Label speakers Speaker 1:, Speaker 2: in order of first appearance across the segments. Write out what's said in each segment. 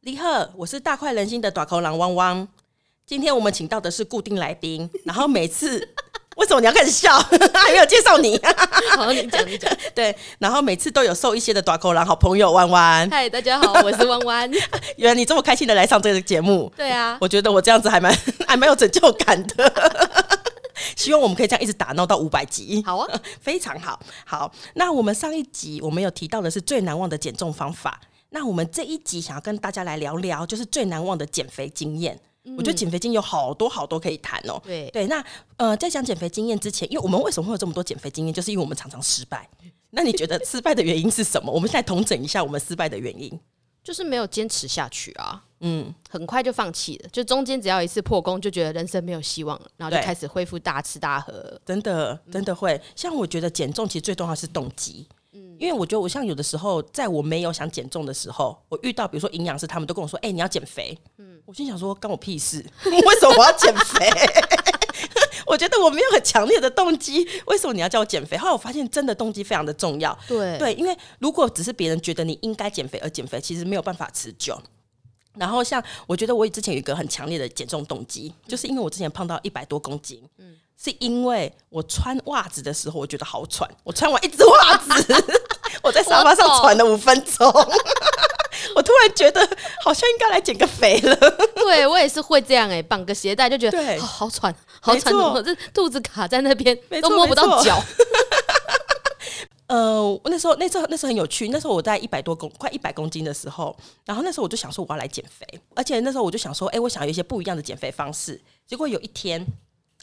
Speaker 1: 李贺，我是大快人心的短口狼汪汪。今天我们请到的是固定来宾， 然后每次为什么你要开始笑？ 还没有介绍你，
Speaker 2: 好，你讲，你讲。
Speaker 1: 对，然后每次都有受一些的短口狼好朋友弯弯。
Speaker 2: 嗨，大家好，我是弯弯。
Speaker 1: 原来你这么开心的来上这个节目，
Speaker 2: 对啊，
Speaker 1: 我觉得我这样子还蛮 还蛮有拯救感的。 希望我们可以这样一直打闹到五百集，
Speaker 2: 好啊，
Speaker 1: 非常好。好，那我们上一集我们有提到的是最难忘的减重方法，那我们这一集想要跟大家来聊聊，就是最难忘的减肥经验。我觉得减肥经验有好多好多可以谈哦、
Speaker 2: 对
Speaker 1: 对，那呃，在讲减肥经验之前，因为我们为什么会有这么多减肥经验，就是因为我们常常失败。那你觉得失败的原因是什么？我们现在统整一下我们失败的原因。
Speaker 2: 就是没有坚持下去啊，
Speaker 1: 嗯，
Speaker 2: 很快就放弃了。就中间只要一次破功，就觉得人生没有希望了，然后就
Speaker 1: 对
Speaker 2: 开始恢复大吃大喝。
Speaker 1: 真的真的会。像我觉得减重其实最重要的是动机。因为我觉得我像有的时候，在我没有想减重的时候，我遇到比如说营养师，他们都跟我说：“哎、你要减肥。”嗯，我心想说：“干我屁事！ 为什么我要减肥？” 我觉得我没有很强烈的动机，为什么你要叫我减肥？后来我发现，真的动机非常的重要。
Speaker 2: 对
Speaker 1: 对，因为如果只是别人觉得你应该减肥而减肥，其实没有办法持久。然后像我觉得我之前有一个很强烈的减重动机，就是因为我之前胖到一百多公斤，嗯，是因为我穿袜子的时候我觉得好喘，我穿完一只袜 子，我在沙发上喘了五分钟， 我突然觉得好像应该来减个肥了。
Speaker 2: 对我也是会这样哎、绑个鞋带就觉得
Speaker 1: 对
Speaker 2: 哦好喘，好
Speaker 1: 没
Speaker 2: 喘，
Speaker 1: 错
Speaker 2: 我这肚子卡在那边
Speaker 1: 没错
Speaker 2: 都摸不
Speaker 1: 没
Speaker 2: 到
Speaker 1: 错
Speaker 2: 脚。
Speaker 1: 呃，我那时候那时候那时候很有趣，那时候我在一百多公快一百公斤的时候，然后那时候我就想说我要来减肥，而且那时候我就想说，哎、我想有一些不一样的减肥方式。结果有一天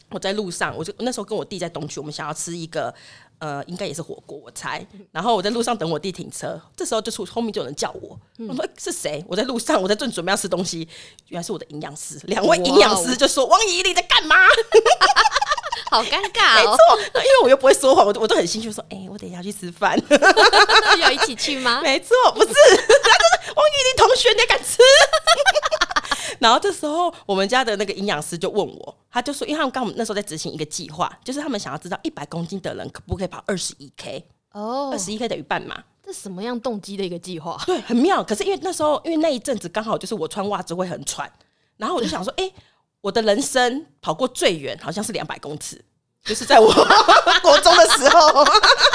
Speaker 1: 我在路上，我就那时候跟我弟在东区，我们想要吃一个呃，应该也是火锅，我猜。
Speaker 2: 嗯
Speaker 1: 然后我在路上等我弟停车，这时候就出后面就有人叫我，我说、诶哎是谁？我在路上，我在正准备要吃东西，原来是我的营养师，两位营养
Speaker 2: 哇哦
Speaker 1: 师就说王怡你在干嘛？
Speaker 2: 好尴
Speaker 1: 没
Speaker 2: 尬哦
Speaker 1: 错，，因为我又不会说谎，我都我都很兴趣说，哎、我等一下去吃饭。
Speaker 2: 要一起去 吗？
Speaker 1: 没错，不是，王玉玲同学，你还敢吃？ 然后这时候，我们家的那个营养师就问我，他就说，因为他们刚好那时候在执行一个计划，就是他们想要知道一百公斤的人可不可以跑二十一 K，
Speaker 2: 哦
Speaker 1: 二，十一 K 等于半马，
Speaker 2: 这什么样动机的一个计划？
Speaker 1: 对，很妙。可是因为那时候，因为那一阵子刚好就是我穿袜子会很喘，然后我就想说，哎、我的人生跑过最远好像是两百公尺，就是在我 国中的时候。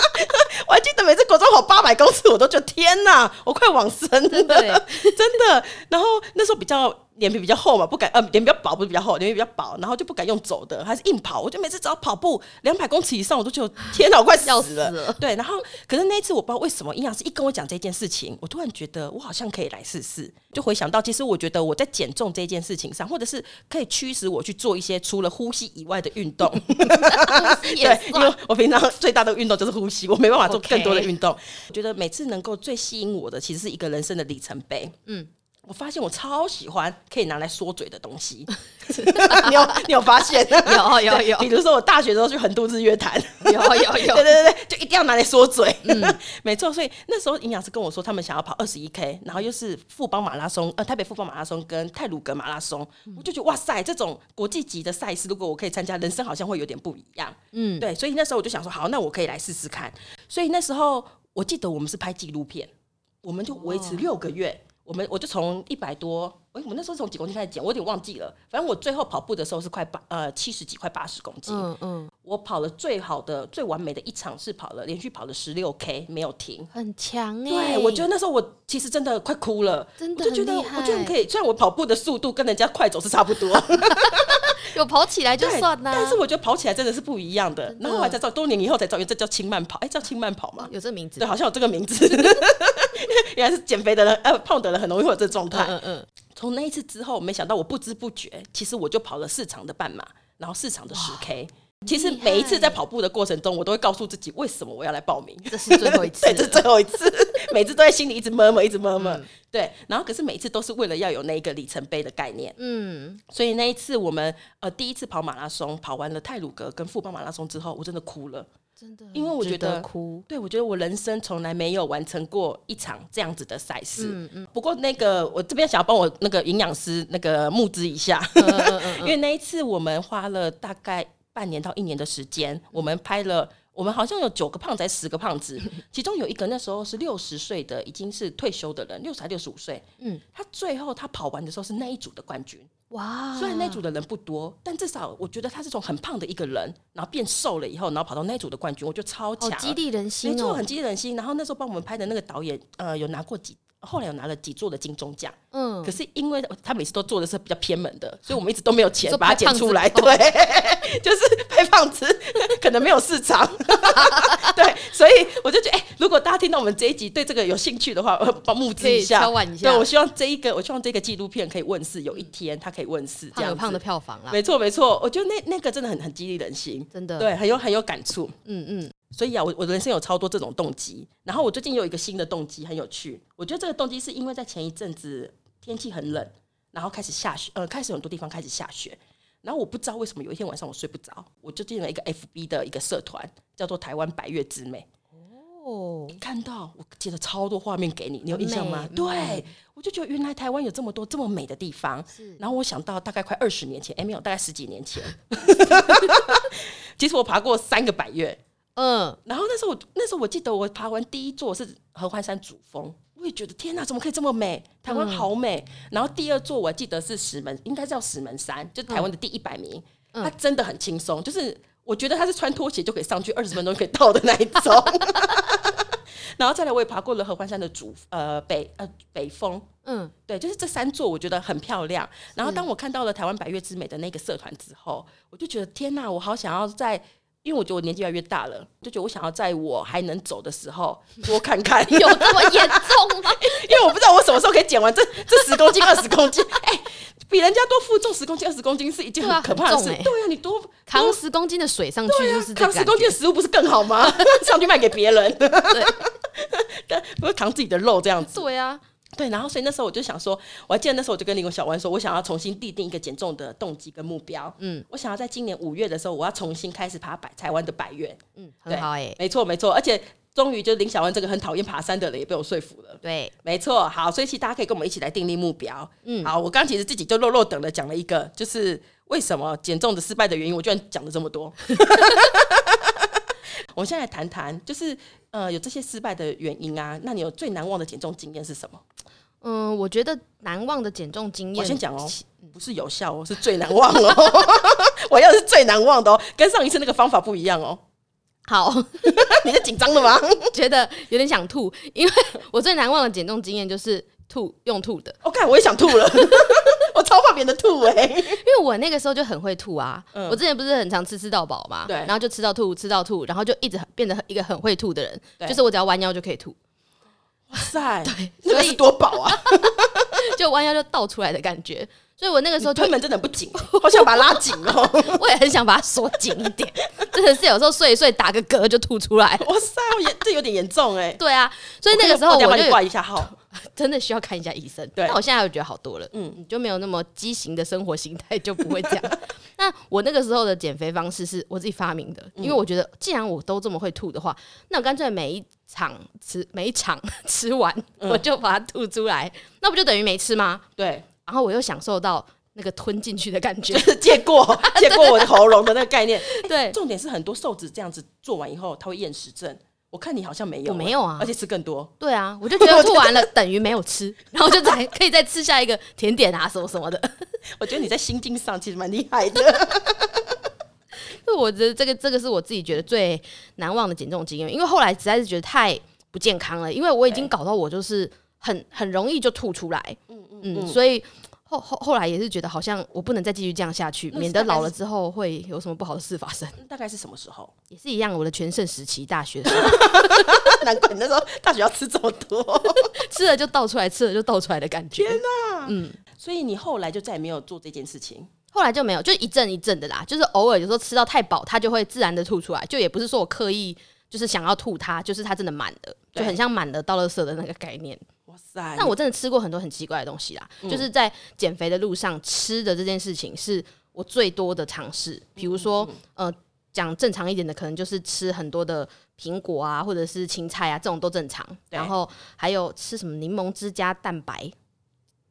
Speaker 1: 我还记得每次国中跑八百公尺，我都觉得天哪，我快往生
Speaker 2: 真的
Speaker 1: 了
Speaker 2: 耶，
Speaker 1: 真的。然后那时候比较脸皮比较厚嘛，不敢呃脸比较薄，不是比较厚，脸皮比较薄，然后就不敢用走的，还是硬跑。我就每次只要跑步两百公尺以上，我都觉得天哪，我快死
Speaker 2: 要
Speaker 1: 了。
Speaker 2: 死了
Speaker 1: 对，然后可是那一次我不知道为什么营养师一跟我讲这件事情，我突然觉得我好像可以来试试。就回想到，其实我觉得我在减重这件事情上，或者是可以驱使我去做一些除了呼吸以外的运 动。对，
Speaker 2: 也
Speaker 1: 因为
Speaker 2: 算
Speaker 1: 我平常最大的运动就是呼吸，我没办法做
Speaker 2: OK
Speaker 1: 更多的运动。我觉得每次能够最吸引我的，其实是一个人生的里程碑。嗯
Speaker 2: 嗯。
Speaker 1: 我发现我超喜欢可以拿来说嘴的东西， 你有你有发现？
Speaker 2: 有有
Speaker 1: 对
Speaker 2: 有
Speaker 1: 比如说我大学的时候去横渡日月潭，
Speaker 2: 有有 有
Speaker 1: 对对对对，就一定要拿来说嘴。 没错，所以那时候营养师跟我说，他们想要跑二十一 K，然后又是富邦马拉松，呃，台北富邦马拉松跟泰鲁格马拉松，我就觉得哇塞，这种国际级的赛事，如果我可以参加，人生好像会有点不一样。嗯，对，所以那时候我就想说，好，那我可以来试试看。所以那时候我记得我们是拍纪录片，我们就维持六个月。我们我就从一百多，哎、我们那时候从几公斤开始减，我有点忘记了。反正我最后跑步的时候是快八呃七十几，快八十公斤。
Speaker 2: 嗯嗯，
Speaker 1: 我跑了最好的、最完美的一场是跑了连续跑了十六 K 没有停。
Speaker 2: 很强哎、
Speaker 1: 对，我觉得那时候我其实真的快哭了，
Speaker 2: 真的
Speaker 1: 我就觉得
Speaker 2: 很厉害
Speaker 1: 我觉得你可以，虽然我跑步的速度跟人家快走是差不 多，
Speaker 2: 有跑起来就
Speaker 1: 对
Speaker 2: 算啦、
Speaker 1: 但是我觉得跑起来真的是不一样的。然后我还才知道，多年以后才知道，原来这叫轻慢跑，哎、叫轻慢跑 嘛。
Speaker 2: 有这名字
Speaker 1: 对，，好像有这个名字。 原来是减肥的人，呃，胖的人很容易会有这状态。
Speaker 2: 嗯嗯，
Speaker 1: 从那一次之后，没想到我不知不觉，其实我就跑了四场的半马，然后四场的十 K。其实
Speaker 2: 厉害
Speaker 1: 每一次在跑步的过程中，我都会告诉自己为什么我要来报名。
Speaker 2: 这是最后一次
Speaker 1: 对，这是
Speaker 2: 了，
Speaker 1: 最后一 次，每次都在心里一直摸摸，一直摸摸。
Speaker 2: 嗯
Speaker 1: 对，然后可是每次都是为了要有那一个里程碑的概念。
Speaker 2: 嗯，
Speaker 1: 所以那一次我们呃第一次跑马拉松，跑完了泰鲁格跟富邦马拉松之后，我真的哭了。
Speaker 2: 真的很值，
Speaker 1: 因为我觉得
Speaker 2: 哭，
Speaker 1: 对，我觉得我人生从来没有完成过一场这样子的赛事。嗯嗯。不过那个，我这边想要帮我那个营养师那个募资一下，嗯 因为那一次我们花了大概半年到一年的时间，我们拍了我们好像有九个胖子，还是十个胖子，其中有一个那时候是六十岁的，已经是退休的人，六十还六十五岁。嗯，他最后他跑完的时候是那一组的冠军。
Speaker 2: 哇，
Speaker 1: 虽然那一组的人不多，但至少我觉得他是从很胖的一个人，然后变瘦了以后，然后跑到那一组的冠军，我觉得超
Speaker 2: 好
Speaker 1: 强，
Speaker 2: 激励人
Speaker 1: 没
Speaker 2: 心
Speaker 1: 错，
Speaker 2: 哦
Speaker 1: 很。激励人心。然后那时候帮我们拍的那个导演，呃，有拿过几，后来有拿了几座的金钟奖。
Speaker 2: 嗯
Speaker 1: 可，是因为他每次都做的是比较偏门的，所以我们一直都没有 钱
Speaker 2: 说
Speaker 1: 把它
Speaker 2: 拍
Speaker 1: 剪
Speaker 2: 胖
Speaker 1: 出
Speaker 2: 子
Speaker 1: 来。
Speaker 2: 哦
Speaker 1: 对， 就是拍胖子 可能没有市场。 对，所以我就觉得，哎、如果大家听到我们这一集对这个有兴趣的话，呃帮募资
Speaker 2: 可以
Speaker 1: 一下，
Speaker 2: 敲碗一下
Speaker 1: 对我希望这一个，我希望这个纪录片可以问世，有一天它可以问世，这
Speaker 2: 胖
Speaker 1: 样
Speaker 2: 有
Speaker 1: 子
Speaker 2: 胖的票房啦，
Speaker 1: 没错没错，我觉得那那个真的很很激励人心，
Speaker 2: 真的。，
Speaker 1: 对，很有很有感触。
Speaker 2: 嗯嗯，
Speaker 1: 所以啊，我我人生有超多这种动机。然后我最近有一个新的动机，很有趣。我觉得这个动机是因为在前一阵子天气很冷，然后开始下雪，呃，开始很多地方开始下雪。然后我不知道为什么有一天晚上我睡不着，我就进了一个 FB 的一个社团，叫做台湾百月之美。
Speaker 2: 哦，
Speaker 1: 看到我截了超多画面给你，你有印象吗
Speaker 2: 很？美嗯
Speaker 1: 对，我就觉得原来台湾有这么多这么美的地方。然后我想到大概快二十年前，哎、没有，大概十几年 前，其实我爬过三个百月。
Speaker 2: 嗯，
Speaker 1: 然后那时候我那时候我记得我爬完第一座是合欢山主峰，我也觉得天哪，怎么可以这么美？台湾好美。然后第二座我记得是石门，应该叫石门山，就是台湾的第一百名。它真的很轻松，就是我觉得它是穿拖鞋就可以上去，二十分钟就可以到的那一种。 然后再来，我也爬过了合欢山的主呃北呃北峰，
Speaker 2: 嗯，
Speaker 1: 对，就是这三座，我觉得很漂亮。然后当我看到了台湾百越之美的那个社团之后，我就觉得天呐，我好想要在，因为我觉得我年纪越来越大了，就觉得我想要在我还能走的时 候多看看，因
Speaker 2: 有这么严重吗？
Speaker 1: 为我不知道我什么时候可以减完这这十公斤、二十公斤，哎、比人家多负重十公斤、二十公斤是一件
Speaker 2: 对
Speaker 1: 很
Speaker 2: 啊
Speaker 1: 可怕的
Speaker 2: 很
Speaker 1: 事。
Speaker 2: 重欸
Speaker 1: 对啊，你多
Speaker 2: 扛十公斤的水上去就是这
Speaker 1: 啊扛
Speaker 2: 个
Speaker 1: 十
Speaker 2: 感
Speaker 1: 公
Speaker 2: 觉
Speaker 1: 斤的食物不是更好吗？ 上去卖给别人，
Speaker 2: 对
Speaker 1: 不是扛自己的肉这样子。
Speaker 2: 对啊，
Speaker 1: 对，然后所以那时候我就想说，我还记得那时候我就跟林国小弯说，我想要重新立定一个减重的动机跟目标。嗯，我想要在今年五月的时候，我要重新开始爬百台湾的百越。
Speaker 2: 嗯，
Speaker 1: 对
Speaker 2: 很好哎，
Speaker 1: 没错，没错，而且终于就林小弯这个很讨厌爬山的人也被我说服了。
Speaker 2: 对，
Speaker 1: 没错，好，所以其实大家可以跟我们一起来定立目标。嗯，好，我刚刚其实自己就漏漏等了讲了一个，就是为什么减重的失败的原因，我居然讲了这么多。 我们现在来谈谈，就是呃，有这些失败的原因啊，那你有最难忘的减重经验是什么？
Speaker 2: 嗯，我觉得难忘的减重经
Speaker 1: 我
Speaker 2: 验，
Speaker 1: 先讲哦，不是有效哦，是最难忘哦。 我要的是最难忘的哦，跟上一次那个方法不一样哦。
Speaker 2: 好，
Speaker 1: 你是紧张了吗
Speaker 2: 觉得有点想吐，因为我最难忘的减重经验就是吐用吐的，
Speaker 1: 我哦看、我也想吐了， 我超怕别人的吐哎、
Speaker 2: 因为我那个时候就很会吐啊，
Speaker 1: 嗯
Speaker 2: 我之前不是很常吃吃到饱嘛，
Speaker 1: 对
Speaker 2: 然后就吃到吐，吃到吐，然后就一直很变得很一个很会吐的人，
Speaker 1: 对
Speaker 2: 就是我只要弯腰就可以吐，
Speaker 1: 哇塞，对，那
Speaker 2: 所
Speaker 1: 个
Speaker 2: 以
Speaker 1: 是多饱啊！
Speaker 2: 就弯腰就倒出来的感觉，所以我那个时候就
Speaker 1: 推门真的很不紧，好想把它拉紧哦。
Speaker 2: 我也很想把它锁紧一点， 真的是有时候睡一睡打个嗝就吐出来了。
Speaker 1: 哇塞，我严这有点严重哎、
Speaker 2: 对啊，所以那个时候
Speaker 1: 我可以
Speaker 2: 我
Speaker 1: 帮你
Speaker 2: 就
Speaker 1: 挂一下号，
Speaker 2: 真的需要看一下医生。
Speaker 1: 对
Speaker 2: 但我现在又觉得好多了，
Speaker 1: 嗯
Speaker 2: 嗯，你就没有那么畸形的生活形态，就不会这样。那我那个时候的减肥方式是我自己发明的，因为我觉得既然我都这么会吐的话，那我干脆每一场吃 每一场吃完，
Speaker 1: 嗯
Speaker 2: 我就把它吐出来，那不就等于没吃吗？
Speaker 1: 对，
Speaker 2: 然后我又享受到那个吞进去的感觉
Speaker 1: 就，是借 过借过我的喉咙的那个概念。
Speaker 2: 对，
Speaker 1: 重点是很多瘦子这样子做完以后，他会厌食症。我看你好像没有、欸
Speaker 2: 我没有啊
Speaker 1: 而且吃更多。
Speaker 2: 对啊，我就觉得吐完了等于没有吃，然后就再 可以再吃下一个甜点啊什么什么的。
Speaker 1: 我觉得你在心境上其实蛮厉害的。
Speaker 2: 对，我觉得这个这个是我自己觉得最难忘的减重经验，因为后来实在是觉得太不健康了，因为我已经
Speaker 1: 对
Speaker 2: 搞到我就是很很容易就吐出来，嗯嗯所以后后后来也是觉得好像我不能再继续这样下去，
Speaker 1: 那是
Speaker 2: 免得
Speaker 1: 大概
Speaker 2: 老
Speaker 1: 是嗯
Speaker 2: 了之后会有什么不好的事发生。
Speaker 1: 大概是什么时候？
Speaker 2: 也是一样，我的全盛时期，大学的时候
Speaker 1: 难怪你那时候大学要吃这么多。
Speaker 2: 吃了就倒出来，吃了就倒出来的感觉。
Speaker 1: 所以你后来就再也没有做这件事情。
Speaker 2: 后来就没有，就一阵一阵的啦，就是偶尔有时候吃到太饱，它就会自然的吐出来，就也不是说我刻意就是想要吐它，就是它真的满了，就
Speaker 1: 对
Speaker 2: 很像满了倒垃圾的那个概念。
Speaker 1: 哇塞！
Speaker 2: 但我真的吃过很多很奇怪的东西啦，
Speaker 1: 嗯
Speaker 2: 就是在减肥的路上吃的这件事情是我最多的尝试，比如
Speaker 1: 嗯
Speaker 2: 说呃。讲正常一点的，可能就是吃很多的苹果啊，或者是青菜啊，这种都正常。
Speaker 1: 对
Speaker 2: 然后还有吃什么柠檬汁加蛋白，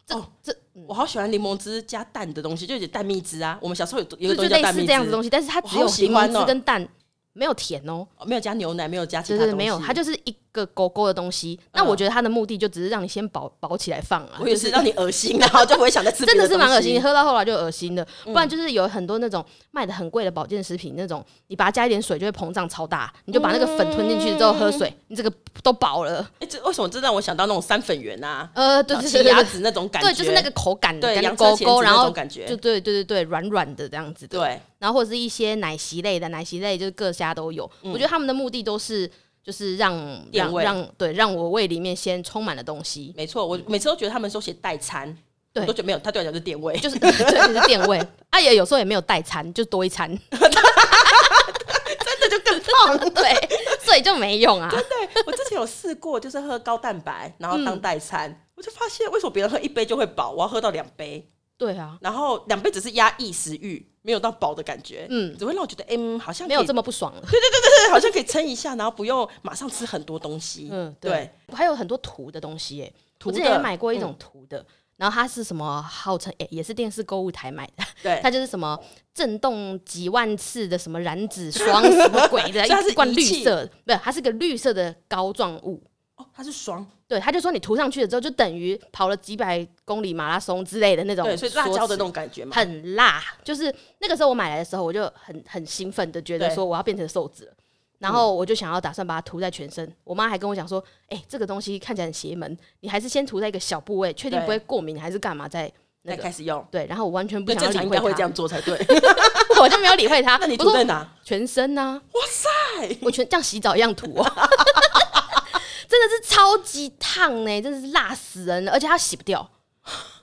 Speaker 2: 这、
Speaker 1: 哦
Speaker 2: 这
Speaker 1: 我好喜欢柠檬汁加蛋的东西，就是蛋蜜汁啊。我们小时候有有
Speaker 2: 就
Speaker 1: 个东西
Speaker 2: 就
Speaker 1: 叫
Speaker 2: 类
Speaker 1: 蛋
Speaker 2: 似
Speaker 1: 蜜
Speaker 2: 这样子的
Speaker 1: 汁，
Speaker 2: 东西，但是它
Speaker 1: 我
Speaker 2: 只
Speaker 1: 好
Speaker 2: 有
Speaker 1: 喜
Speaker 2: 柠
Speaker 1: 欢
Speaker 2: 檬
Speaker 1: 哦
Speaker 2: 汁跟蛋没有甜哦，
Speaker 1: 哦没有加牛奶，没有加其
Speaker 2: 就
Speaker 1: 他东
Speaker 2: 是
Speaker 1: 西，嗯
Speaker 2: 没有，它就是一个狗狗的东西。那我觉得它的目的就只是让你先饱饱起来放啊，
Speaker 1: 我也是让你恶心，然后就不会想再吃。
Speaker 2: 真的是嗯蛮恶心，你，喝到后来就恶心的。不然就是有很多那种卖的很贵的保健食品，那种你把它加一点水就会膨胀超大，你就把那个粉吞进去之后喝水，你这个都饱了。
Speaker 1: 哎，这为什么这让我想到那种三粉圆啊，
Speaker 2: 呃，对对
Speaker 1: 奇
Speaker 2: 对对
Speaker 1: 亚
Speaker 2: 对，
Speaker 1: 籽那种感觉，
Speaker 2: 对，就是那个口感的，
Speaker 1: 对
Speaker 2: 感觉
Speaker 1: 洋
Speaker 2: 勾
Speaker 1: 葱
Speaker 2: 勾，
Speaker 1: 咸
Speaker 2: 然
Speaker 1: 子那
Speaker 2: 后
Speaker 1: 种感觉
Speaker 2: 就对对对对，软软的这样子的。
Speaker 1: 对，
Speaker 2: 然后或者是一些奶昔类的，奶昔类就是各家都有。我觉得他们的目的都是就是让
Speaker 1: 垫
Speaker 2: 让
Speaker 1: 胃
Speaker 2: 让对让我胃里面先充满了东西，
Speaker 1: 没错，我每次都觉得他们说写代餐，
Speaker 2: 对
Speaker 1: 我都觉得没有，他对我来讲就是点位，
Speaker 2: 就是对就是垫胃。 啊也有时候也没有代餐，就多 一餐，真的就更胖，对，所以就没用啊。
Speaker 1: 对我之前有试过，就是喝高蛋白，然
Speaker 2: 嗯
Speaker 1: 后当代餐，我就发现为什么别人喝一杯就会饱，我要喝到两杯，
Speaker 2: 对啊，
Speaker 1: 然后两杯只是压抑食欲，没有到饱的感觉，
Speaker 2: 嗯
Speaker 1: 嗯，只会让我觉得，嗯，好像
Speaker 2: 没有这
Speaker 1: 么，
Speaker 2: 么 不爽啊了。
Speaker 1: 对，好像可以撑一下，然后不用马上吃很多东西，
Speaker 2: 嗯
Speaker 1: 嗯，，
Speaker 2: 对
Speaker 1: 对，，
Speaker 2: 还有很多图的东西耶、我
Speaker 1: 涂
Speaker 2: 之前也
Speaker 1: 的嗯
Speaker 2: 买过一种图的，然后它是什么号称诶、也是电视购物台买的，
Speaker 1: 对
Speaker 2: 它就是什么震动几万次的什么染指霜什么鬼 的，
Speaker 1: 所以它是
Speaker 2: 一罐
Speaker 1: 仪
Speaker 2: 绿
Speaker 1: 器
Speaker 2: 色，不是，它是个绿色的膏状物。
Speaker 1: 哦，它是霜，
Speaker 2: 对，他就说你涂上去了之后，就等于跑了几百公里马拉松之类的那种说
Speaker 1: 对，
Speaker 2: 辞，
Speaker 1: 所以辣椒的那种感觉嘛，
Speaker 2: 很辣。就是那个时候我买来的时候，我就很很兴奋的觉得
Speaker 1: 对嗯
Speaker 2: 说我要变成瘦子了，然后我就想要打算把它涂在全身。我妈还跟我讲说，哎、这个东西看起来很邪门，你还是先涂在一个小部位，确定
Speaker 1: 对
Speaker 2: 不会过敏还是干嘛再那
Speaker 1: 再
Speaker 2: 个。
Speaker 1: 开始用，
Speaker 2: 对，然后我完全不
Speaker 1: 对，
Speaker 2: 想要
Speaker 1: 正常
Speaker 2: 理
Speaker 1: 应
Speaker 2: 会
Speaker 1: 该
Speaker 2: 它，
Speaker 1: 会这样做才 对。
Speaker 2: 我就没有理会 它。
Speaker 1: 那你
Speaker 2: 我
Speaker 1: 涂
Speaker 2: 说
Speaker 1: 在哪？
Speaker 2: 全身啊呢、
Speaker 1: 哇塞！
Speaker 2: 我全像洗澡一样涂、哦， 真的是超级烫呢、真的是辣死人了，而且它洗不掉，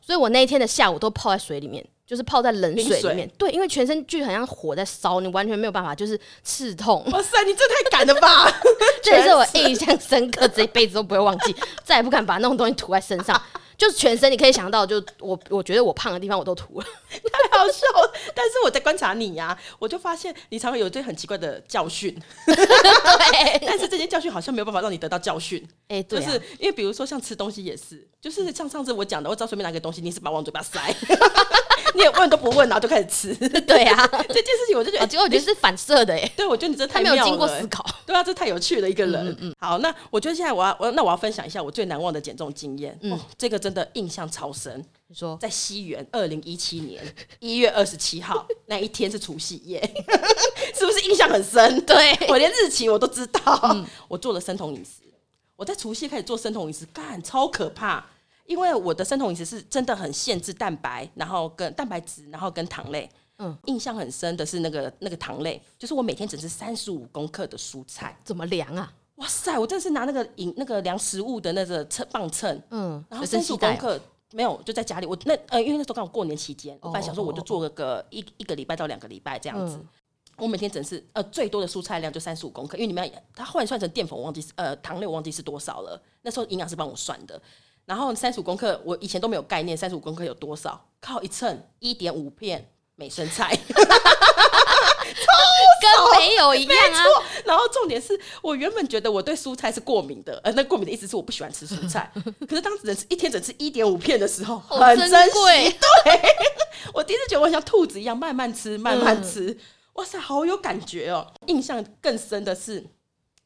Speaker 2: 所以我那一天的下午都泡在水里面，就是泡在冷水里面，对，因为全身就很像火在烧，你完全没有办法，就是刺痛，
Speaker 1: 哇塞，你这太敢了吧！
Speaker 2: 这是我印象深刻，这一辈子都不会忘记，再也不敢把那种东西涂在身上。就是全身，你可以想到，就我我觉得我胖的地方我 都涂了，
Speaker 1: 太好笑了。但是我在观察你呀、我就发现你常常有一堆很奇怪的教训，
Speaker 2: 对，
Speaker 1: 但是这些教训好像没有办法让你得到教训，
Speaker 2: 哎、
Speaker 1: 就
Speaker 2: 对、啊，
Speaker 1: 是因为比如说像吃东西也是，就是像上次我讲的，我只要随便拿个东西，你是把往嘴巴塞， 你也问都不问，然后就开始吃。
Speaker 2: 对啊，
Speaker 1: 这件事情我就觉
Speaker 2: 哦
Speaker 1: 得，哎
Speaker 2: 结果我觉得是反射的耶，
Speaker 1: 对我觉得你真的
Speaker 2: 他
Speaker 1: 太
Speaker 2: 没
Speaker 1: 妙
Speaker 2: 有
Speaker 1: 了、
Speaker 2: 经过思考，嗯
Speaker 1: 对啊，这太有趣了一个人。好，那我觉得现在我要我那我要分享一下我最难忘的减重经验。嗯、这个真的印象超深。
Speaker 2: 你说
Speaker 1: 在西元二零一七年一月二十七号那一天是除夕夜， 是不是印象很深？
Speaker 2: 对
Speaker 1: 我连日期我都知道。我做了生酮饮食，我在除夕开始做生酮饮食，干超可怕。因为我的生酮饮食是真的很限制蛋白，然后跟蛋白质，然后跟糖类。
Speaker 2: 嗯
Speaker 1: 嗯，印象很深的是那个那个糖类，就是我每天只吃三十五公克的蔬菜。
Speaker 2: 怎么量啊？
Speaker 1: 哇塞，我真的是拿那个饮那个量食物的那个秤磅秤，
Speaker 2: 嗯，
Speaker 1: 然后
Speaker 2: 随
Speaker 1: 三
Speaker 2: 身
Speaker 1: 十
Speaker 2: 携
Speaker 1: 五
Speaker 2: 带
Speaker 1: 公
Speaker 2: 哦
Speaker 1: 克没有，就在家里。我那呃，因为那时候刚好过年期间，我本来想说我
Speaker 2: 哦
Speaker 1: 就
Speaker 2: 哦
Speaker 1: 做个一一个礼拜到两个礼拜这样子
Speaker 2: 嗯。
Speaker 1: 我每天整是呃最多的蔬菜量就三十五公克，因为你们要它换算成淀粉，我忘记是呃糖类我忘记是多少了。那时候营养师帮我算的，然后三十五公克我以前都没有概念，三十五公克有多少？靠一称一点五片美生菜。
Speaker 2: 跟没有一样啊。
Speaker 1: 然后重点是我原本觉得我对蔬菜是过敏的，呃，那过敏的意思是我不喜欢吃蔬菜。可是当只能吃一天只吃一点五片的时候，
Speaker 2: 好
Speaker 1: 很
Speaker 2: 珍
Speaker 1: 珍惜。
Speaker 2: 贵
Speaker 1: 对，我第一次觉得我像兔子一样慢慢吃，慢慢吃。哇塞，好有感觉哦！印象更深的是，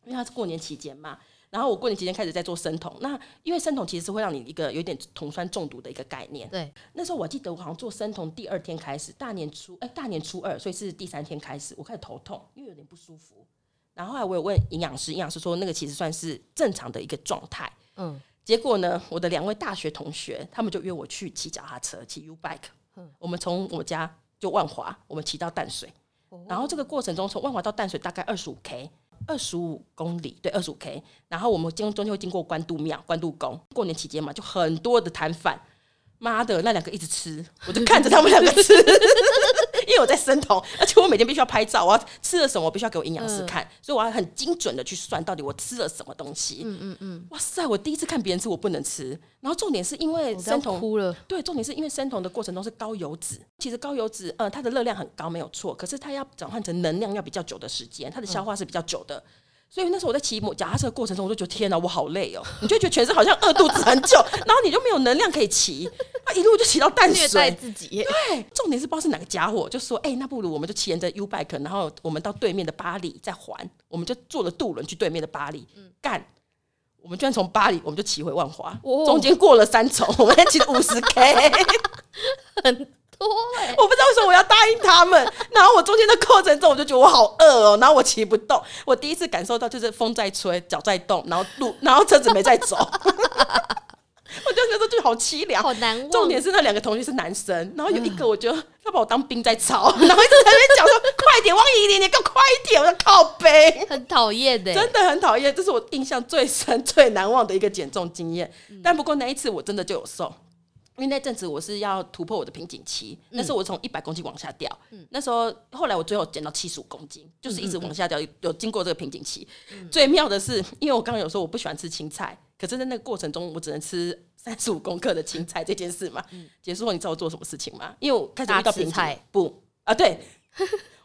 Speaker 1: 因为它是过年期间嘛。然后我过年期间开始在做生酮，那因为生酮其实是会让你一个有点酮酸中毒的一个概念。
Speaker 2: 对，
Speaker 1: 那时候我记得我好像做生酮第二天开始，大年初哎、大年初二，所以是第三天开始，我开始头痛，因为有点不舒服。然后后来我有问营养师，营养师说那个其实算是正常的一个状态。
Speaker 2: 嗯，
Speaker 1: 结果呢，我的两位大学同学他们就约我去骑脚踏车，骑 U bike。我们从我家就万华，我们骑到淡水，然后这个过程中从万华到淡水大概二十五 K，二十五公里，对，二十五 K。然后我们经中间会经过关渡庙、关渡宫，过年期间嘛，就很多的摊贩。妈的，那两个一直吃，我就看着他们两个吃， 因为我在生酮，而且我每天必须要拍照，我要吃了什么，我必须要给我营养师看，所以我要很精准的去算到底我吃了什么东西。嗯嗯嗯，哇塞，我第一次看别人吃，我不能吃。然后重点是因为
Speaker 2: 我都要
Speaker 1: 生酮
Speaker 2: 哭了。
Speaker 1: 对，重点是因为生酮的过程中是高油脂，其实高油脂，呃，它的热量很高没有错，可是它要转换成能量要比较久的时间，它的消化是比较久的。所以那时候我在骑摩脚踏车的过程中，我就觉得天哪，我好累哦！你就觉得全身好像饿肚子很久，然后你就没有能量可以骑。他一路就骑到淡
Speaker 2: 虐待
Speaker 1: 水。
Speaker 2: 自己，
Speaker 1: 对，重点是不知道是哪个家伙，就说：“哎、那不如我们就骑沿着 U bike，然后我们到对面的巴黎再还。”我们就坐了渡轮去对面的巴黎，干、我们居然从巴黎，我们就骑回万华，
Speaker 2: 哦
Speaker 1: 中间过了三重，我们还骑了五十 K。
Speaker 2: 多哎、
Speaker 1: 我不知道为什么我要答应他们。然后我中间的过程中，我就觉得我好饿哦，然后我骑不动。我第一次感受到就是风在吹，脚在动，然后路，然后车子没在走。 我就觉得就好凄凉，
Speaker 2: 好难忘啊
Speaker 1: 重点是那两个同学是男生，然后有一个我觉得他把我当兵在操， 然后一直在那边讲说快点，汪怡玲，你给我快一点，我要靠背。
Speaker 2: 很讨厌哎欸的、
Speaker 1: 真的很讨厌，这是我印象最深、最难忘的一个减重经验。
Speaker 2: 嗯
Speaker 1: 但不过那一次我真的就有瘦，因为那阵子我是要突破我的瓶颈期，
Speaker 2: 嗯
Speaker 1: 那时候我从一百公斤往下掉，那时候后来我最后减到七十五公斤，就是
Speaker 2: 嗯
Speaker 1: 一直往下掉，有有经过这个瓶颈期。最妙的是，因为我刚刚有说我不喜欢吃青菜，可是在那个过程中我只能吃。三十五公克的青菜这件事嘛，结束后你知道我做什么事情吗？因为我开始遇到
Speaker 2: 嗯大吃
Speaker 1: 瓶颈
Speaker 2: 菜，
Speaker 1: 不啊，对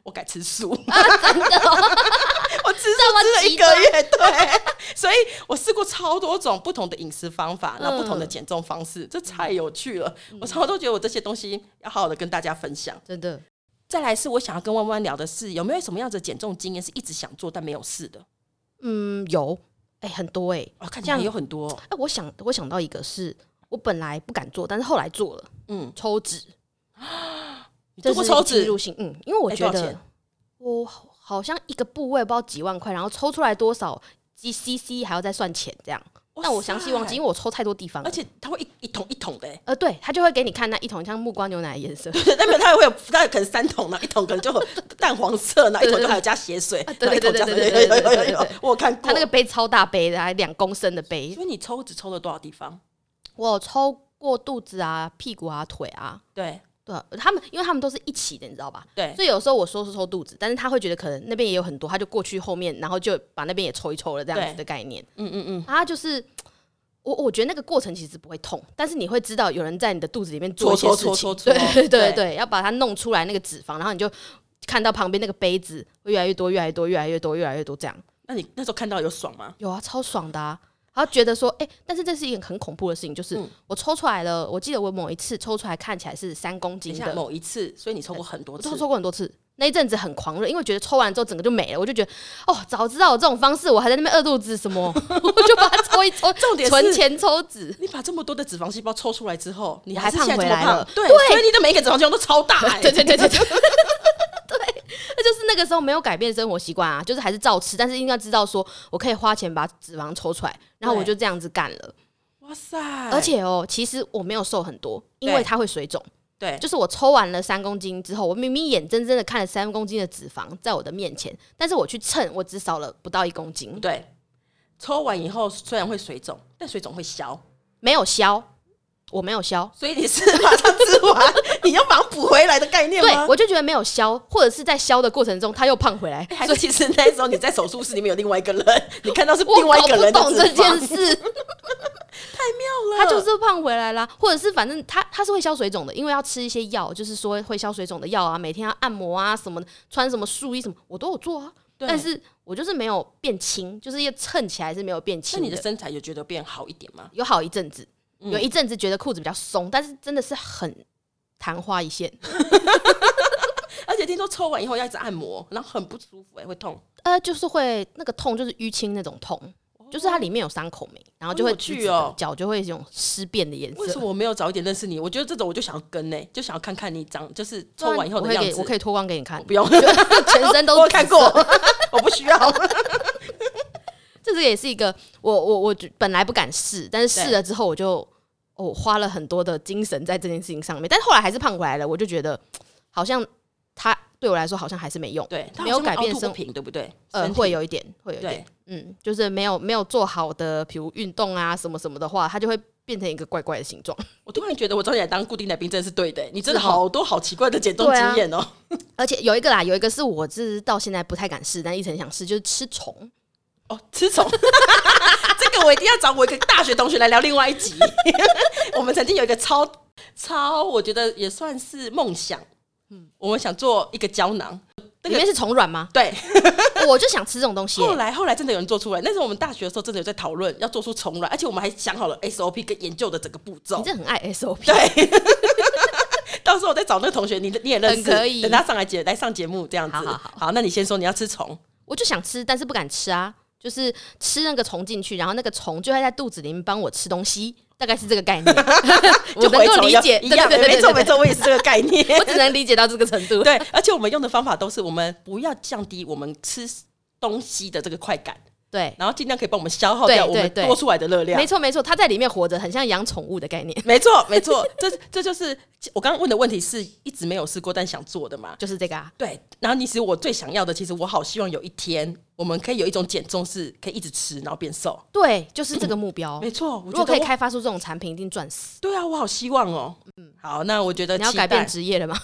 Speaker 1: 我改吃素。我吃
Speaker 2: 这么
Speaker 1: 素吃了
Speaker 2: 极
Speaker 1: 一个月，对，所以我试过超多种不同的饮食方法，然后不同的减重方式，这太有趣了。我超多觉得我这些东西要好好的跟大家分享。
Speaker 2: 真的，
Speaker 1: 再来是我想要跟弯弯聊的是，有没有什么样子的减重经验是一直想做但没有试的？
Speaker 2: 嗯，有哎、很多哎、欸，
Speaker 1: 啊，看起
Speaker 2: 这
Speaker 1: 来
Speaker 2: 样
Speaker 1: 有很多哦
Speaker 2: 哎、我想我想到一个是我本来不敢做，但是后来做了，
Speaker 1: 嗯，
Speaker 2: 抽脂，
Speaker 1: 你
Speaker 2: 这
Speaker 1: 做过
Speaker 2: 是一
Speaker 1: 抽
Speaker 2: 个记
Speaker 1: 脂
Speaker 2: 录性，嗯，因为我
Speaker 1: 哎
Speaker 2: 觉
Speaker 1: 多少
Speaker 2: 得
Speaker 1: 钱
Speaker 2: 我好像一个部位不知道几万块，然后抽出来多少几 CC 还要再算钱这样，
Speaker 1: 哇
Speaker 2: 但我详细忘记，因为我抽太多地方了
Speaker 1: 而。且它会一一桶一桶的、欸，
Speaker 2: 呃，对，他就会给你看那一桶像木瓜牛奶的颜 色，
Speaker 1: 对，那边它会有，它可能三桶呢，然后一桶可能就有淡黄色，那一桶就还有加血水，
Speaker 2: 对
Speaker 1: 然后一桶
Speaker 2: 对
Speaker 1: 加
Speaker 2: 对
Speaker 1: 有有
Speaker 2: 对对
Speaker 1: 有有
Speaker 2: 对对
Speaker 1: 有有
Speaker 2: 对，
Speaker 1: 我有看过。
Speaker 2: 他那个杯超大杯的，还两公升的杯
Speaker 1: 因，为你抽脂抽了多少地方？
Speaker 2: 我有抽过肚子啊、屁股啊、腿啊，
Speaker 1: 对
Speaker 2: 对啊他们，因为他们都是一起的，你知道吧？
Speaker 1: 对，
Speaker 2: 所以有时候我说是抽肚子，但是他会觉得可能那边也有很多，他就过去后面，然后就把那边也抽一抽了，这样
Speaker 1: 对
Speaker 2: 子的概念。
Speaker 1: 嗯嗯嗯，
Speaker 2: 他就是我，我觉得那个过程其实不会痛，但是你会知道有人在你的肚子里面做
Speaker 1: 搓
Speaker 2: 一些
Speaker 1: 搓
Speaker 2: 事情，
Speaker 1: 搓搓搓，
Speaker 2: 对对对，对，要把它弄出来那个脂肪，然后你就看到旁边那个杯子会越来越多，越来越多，越来越多，越来越多，这样
Speaker 1: 那你那时候看到有爽吗？
Speaker 2: 有啊，超爽的啊。然后觉得说，哎、但是这是一件很恐怖的事情，就是
Speaker 1: 嗯
Speaker 2: 我抽出来了，我记得我某一次抽出来看起来是三公
Speaker 1: 等
Speaker 2: 斤
Speaker 1: 一
Speaker 2: 的
Speaker 1: 下，，某一次，所以你抽过很多
Speaker 2: 我
Speaker 1: 次
Speaker 2: 抽，抽过很多次。那一阵子很狂热，因为觉得抽完之后整个就没了，我就觉得哦，早知道有这种方式，我还在那边饿肚子 什么，我就把它抽一抽，
Speaker 1: 重点是
Speaker 2: 存钱抽 脂。
Speaker 1: 你把这么多的脂肪细胞抽出来之后，你
Speaker 2: 我
Speaker 1: 还
Speaker 2: 还
Speaker 1: 是
Speaker 2: 胖
Speaker 1: 现在这
Speaker 2: 回
Speaker 1: 么
Speaker 2: 来
Speaker 1: 胖
Speaker 2: 了
Speaker 1: 对，
Speaker 2: 对
Speaker 1: 所以你的每一个脂肪细胞都超 大、欸，
Speaker 2: 对对对对对对，那就是那个时候没有改变生活习惯啊，就是还是照吃，但是应该知道说我可以花钱把脂肪抽出来，然后我就这样子干了。
Speaker 1: 哇塞！而
Speaker 2: 而且哦，其实我没有瘦很多，因
Speaker 1: 哎对
Speaker 2: 为它会水肿。
Speaker 1: 对，
Speaker 2: 就是我抽完了三公斤之后，我明明眼睁睁的看了三公斤的脂肪在我的面前，但是我去称，我只少了不到一公斤，
Speaker 1: 对，抽完以后虽然会水肿，但水肿会消，
Speaker 2: 没有消，我没有消。
Speaker 1: 所以你是马上吃完，你要马上补回来的概念
Speaker 2: 对
Speaker 1: 吗，？
Speaker 2: 我就觉得没有消，或者是在消的过程中，它又胖回来，
Speaker 1: 哎还是其实那时候你在手术室里面有另外一个人，你看到是
Speaker 2: 我
Speaker 1: 另外一
Speaker 2: 搞
Speaker 1: 个
Speaker 2: 不
Speaker 1: 人的
Speaker 2: 懂
Speaker 1: 脂
Speaker 2: 这
Speaker 1: 肪
Speaker 2: 件 事。
Speaker 1: 妙了，
Speaker 2: 他就是胖回来啦，或者是反正他他是会消水肿的，因为要吃一些药，就是说会消水肿的药啊，每天要按摩啊什么的，穿什么束衣什么，我都有做啊。
Speaker 1: 对
Speaker 2: 但是我就是没有变轻，就是要称起来是没有变
Speaker 1: 那
Speaker 2: 轻
Speaker 1: 你的身材有觉得变好一点吗？
Speaker 2: 有好一阵子，
Speaker 1: 嗯
Speaker 2: 有一阵子觉得裤子比较松，但是真的是很昙花一现。
Speaker 1: 而且听说抽完以后要一直按摩，然后很不舒服、欸，会痛。
Speaker 2: 呃，就是会那个痛，就是淤青那种痛，就是它里面有伤口没，然后就会
Speaker 1: 哦好有趣
Speaker 2: 紫紫的
Speaker 1: 哦
Speaker 2: 脚就会有一种尸变的颜色。
Speaker 1: 为什么我没有早一点认识你？我觉得这种我就想要跟呢、就想要看看你长，就是
Speaker 2: 对啊
Speaker 1: 抽完以后
Speaker 2: 我
Speaker 1: 的
Speaker 2: 可以
Speaker 1: 样
Speaker 2: 给
Speaker 1: 子。
Speaker 2: 我可以脱光给你看，
Speaker 1: 不用，
Speaker 2: 全身都
Speaker 1: 我
Speaker 2: 是
Speaker 1: 有看
Speaker 2: 紫色
Speaker 1: 过， 我不需要。
Speaker 2: 这个也是一个我我我觉本来不敢试，但是试
Speaker 1: 对
Speaker 2: 了之后我就哦花了很多的精神在这件事情上面，但后来还是胖回来了，我就觉得好像它对我来说好像还是没用，
Speaker 1: 对，它好像
Speaker 2: 没有改
Speaker 1: 凹
Speaker 2: 变
Speaker 1: 凸不
Speaker 2: 生
Speaker 1: 平，对不对？
Speaker 2: 呃
Speaker 1: 身体
Speaker 2: 会有一点会有一点
Speaker 1: 对，
Speaker 2: 嗯，就是没有没有做好的，比如运动啊什么什么的话，它就会变成一个怪怪的形状，
Speaker 1: 我突然觉得我找你来当固定来宾真的是对的欸、你真的
Speaker 2: 是哦
Speaker 1: 好多好奇怪的减重
Speaker 2: 对啊
Speaker 1: 经验哦、
Speaker 2: 而且有一个啦，有一个是我是到现在不太敢试，但一直很想试，就是吃虫。
Speaker 1: 哦，吃虫， 这个我一定要找我一个大学同学来聊另外一集。 我们曾经有一个超超，我觉得也算是梦想。嗯，我们想做一个胶囊，那
Speaker 2: 里面
Speaker 1: 个
Speaker 2: 是虫 卵吗？哦
Speaker 1: 对。
Speaker 2: 我就想吃这种东西耶、
Speaker 1: 后来后来真的有人做出来，那时候我们大学的时候真的有在讨论要做出虫卵，而且我们还想好了 SOP 跟研究的整个步骤
Speaker 2: 你。这很爱 SOP，
Speaker 1: 对， 到时候我再找那个同学，你你也认识，
Speaker 2: 很可以
Speaker 1: 等他上来节来上节目这样子。
Speaker 2: 好好好
Speaker 1: 那你先说你要吃虫，
Speaker 2: 我就想吃，但是不敢吃啊，就是吃那个虫进去，然后那个虫就会在肚子里面帮我吃东西，大概是这个概 念。我
Speaker 1: 就
Speaker 2: 能
Speaker 1: 回
Speaker 2: 够
Speaker 1: 虫
Speaker 2: 理
Speaker 1: 药
Speaker 2: 解，
Speaker 1: 一
Speaker 2: 对对
Speaker 1: 样，
Speaker 2: 对对
Speaker 1: 没错
Speaker 2: 对
Speaker 1: 没
Speaker 2: 对
Speaker 1: 错，我也是这个概念。
Speaker 2: 我只能理解到这个程 度。
Speaker 1: 对，而且我们用的方法都是我们不要降低我们吃东西的这个快感，
Speaker 2: 对，
Speaker 1: 然后尽量可以帮我们消耗
Speaker 2: 对
Speaker 1: 掉我
Speaker 2: 对
Speaker 1: 们
Speaker 2: 对
Speaker 1: 多出来的热量
Speaker 2: 没。错没错，它在里面活着，很像养宠物的概念，
Speaker 1: 没错，没错，这这就是我刚刚问的问题，是一直没有试过但想做的嘛？
Speaker 2: 就是这个啊。
Speaker 1: 对，然后其实我最想要的，其实我好希望有一天我们可以有一种减重是可以一直吃，然后变瘦。
Speaker 2: 对，就是这个目标。
Speaker 1: 没错，我
Speaker 2: 如
Speaker 1: 觉
Speaker 2: 果
Speaker 1: 得
Speaker 2: 可以
Speaker 1: 我
Speaker 2: 开发出这种产品，一定赚死。
Speaker 1: 对啊，我好希望哦。嗯，好，那我觉得
Speaker 2: 你要
Speaker 1: 期
Speaker 2: 改变
Speaker 1: 待
Speaker 2: 职业了吗？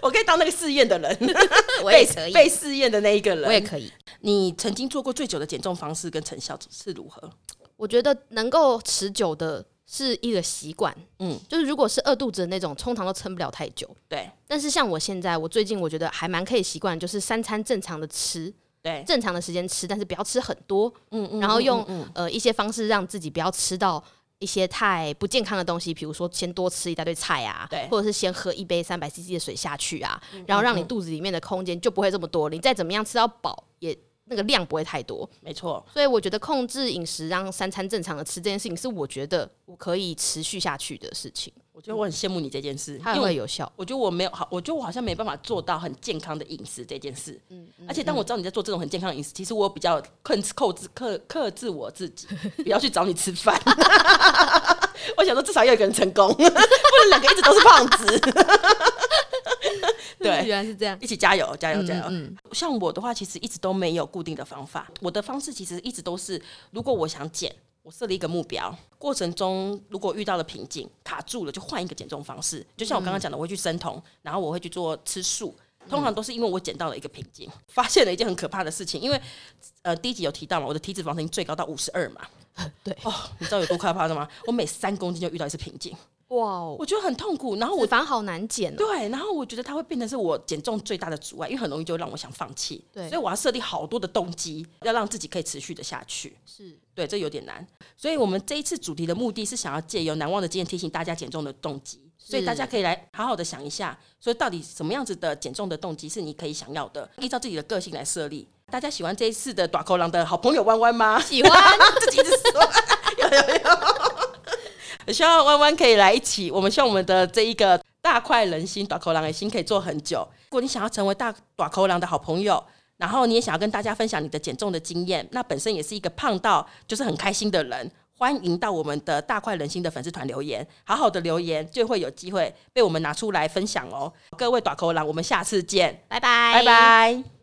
Speaker 1: 我可以当那个试验的人，
Speaker 2: 我
Speaker 1: 被
Speaker 2: 也可以，
Speaker 1: 被试验的那一个人。
Speaker 2: 我也可以。
Speaker 1: 你曾经做过最久的减重方式跟成效是如何？
Speaker 2: 我觉得能够持久的是一个习惯，
Speaker 1: 嗯
Speaker 2: 嗯，就是如果是饿肚子的那种，通常都撑不了太久。
Speaker 1: 对
Speaker 2: 但是像我现在，我最近我觉得还蛮可以习惯，就是三餐正常的吃，
Speaker 1: 对，
Speaker 2: 正常的时间吃，但是不要吃很多，
Speaker 1: 嗯
Speaker 2: 然后用呃一些方式让自己不要吃到一些太不健康的东西，比如说先多吃一大堆菜啊
Speaker 1: 对，嗯
Speaker 2: 或者是先喝一杯三百 CC 的水下去啊，然后让你肚子里面的空间就不会这么多，你再怎么样吃到饱也那个量不会太多。
Speaker 1: 没错，
Speaker 2: 所以我觉得控制饮食，让三餐正常的吃这件事情，是我觉得我可以持续下去的事情，
Speaker 1: 我觉得我很羡慕你这件事，
Speaker 2: 它
Speaker 1: 因
Speaker 2: 也
Speaker 1: 为
Speaker 2: 会有效。
Speaker 1: 我觉得我没有好，我觉得我好像没办法做到很健康的饮食这件事。嗯，而且当我知道你在做这种很健康的饮食，其实我比较控制、控制、克克制我自己，不要去找你吃饭。 我想说，至少要有一个人成功，不 能两个一直都是胖子。 对，
Speaker 2: 原来是这样。
Speaker 1: 一起加油，加油，加油！像我的话，其实一直都没有固定的方法。我的方式其实一直都是，如果我想减，我设了一个目标，过程中如果遇到了瓶颈、卡住了，就换一个减重方式。就像我刚刚讲的，我会去生酮，然后我会去做吃素。通常都是因为我减到了一个瓶颈，发现了一件很可怕的事情，因为呃第一集有提到嘛，我的体脂肪曾经最高到五十二嘛，
Speaker 2: 对，
Speaker 1: 哦，你知道有多可怕的吗？我每三公斤就遇到一次瓶颈，
Speaker 2: 哇哦，
Speaker 1: 我觉得很痛苦，然后我
Speaker 2: 脂肪好难减哦。
Speaker 1: 对，然后我觉得它会变成是我减重最大的阻碍，因为很容易就让我想放弃。
Speaker 2: 对
Speaker 1: 所以我要设定好多的动机，要让自己可以持续的下去。
Speaker 2: 是，
Speaker 1: 对，这有点难。所以我们这一次主题的目的是想要借由难忘的经验提醒大家减重的动机，所以大家可以来好好的想一下，所以到底什么样子的减重的动机是你可以想要的，依照自己的个性来设立。大家喜欢这一次的短口狼的好朋友弯弯吗？
Speaker 2: 喜欢
Speaker 1: 自己一直说，有有有。希望弯弯可以来一起，我们希望我们的这一个大快人心、短口狼的心可以做很久。如果你想要成为大短口狼的好朋友，然后你也想要跟大家分享你的减重的经验，那本身也是一个胖到就是很开心的人，欢迎到我们的大快人心的粉丝团留言，好好的留言就会有机会被我们拿出来分享哦。各位短口狼，我们下次见，
Speaker 2: 拜拜，
Speaker 1: 拜拜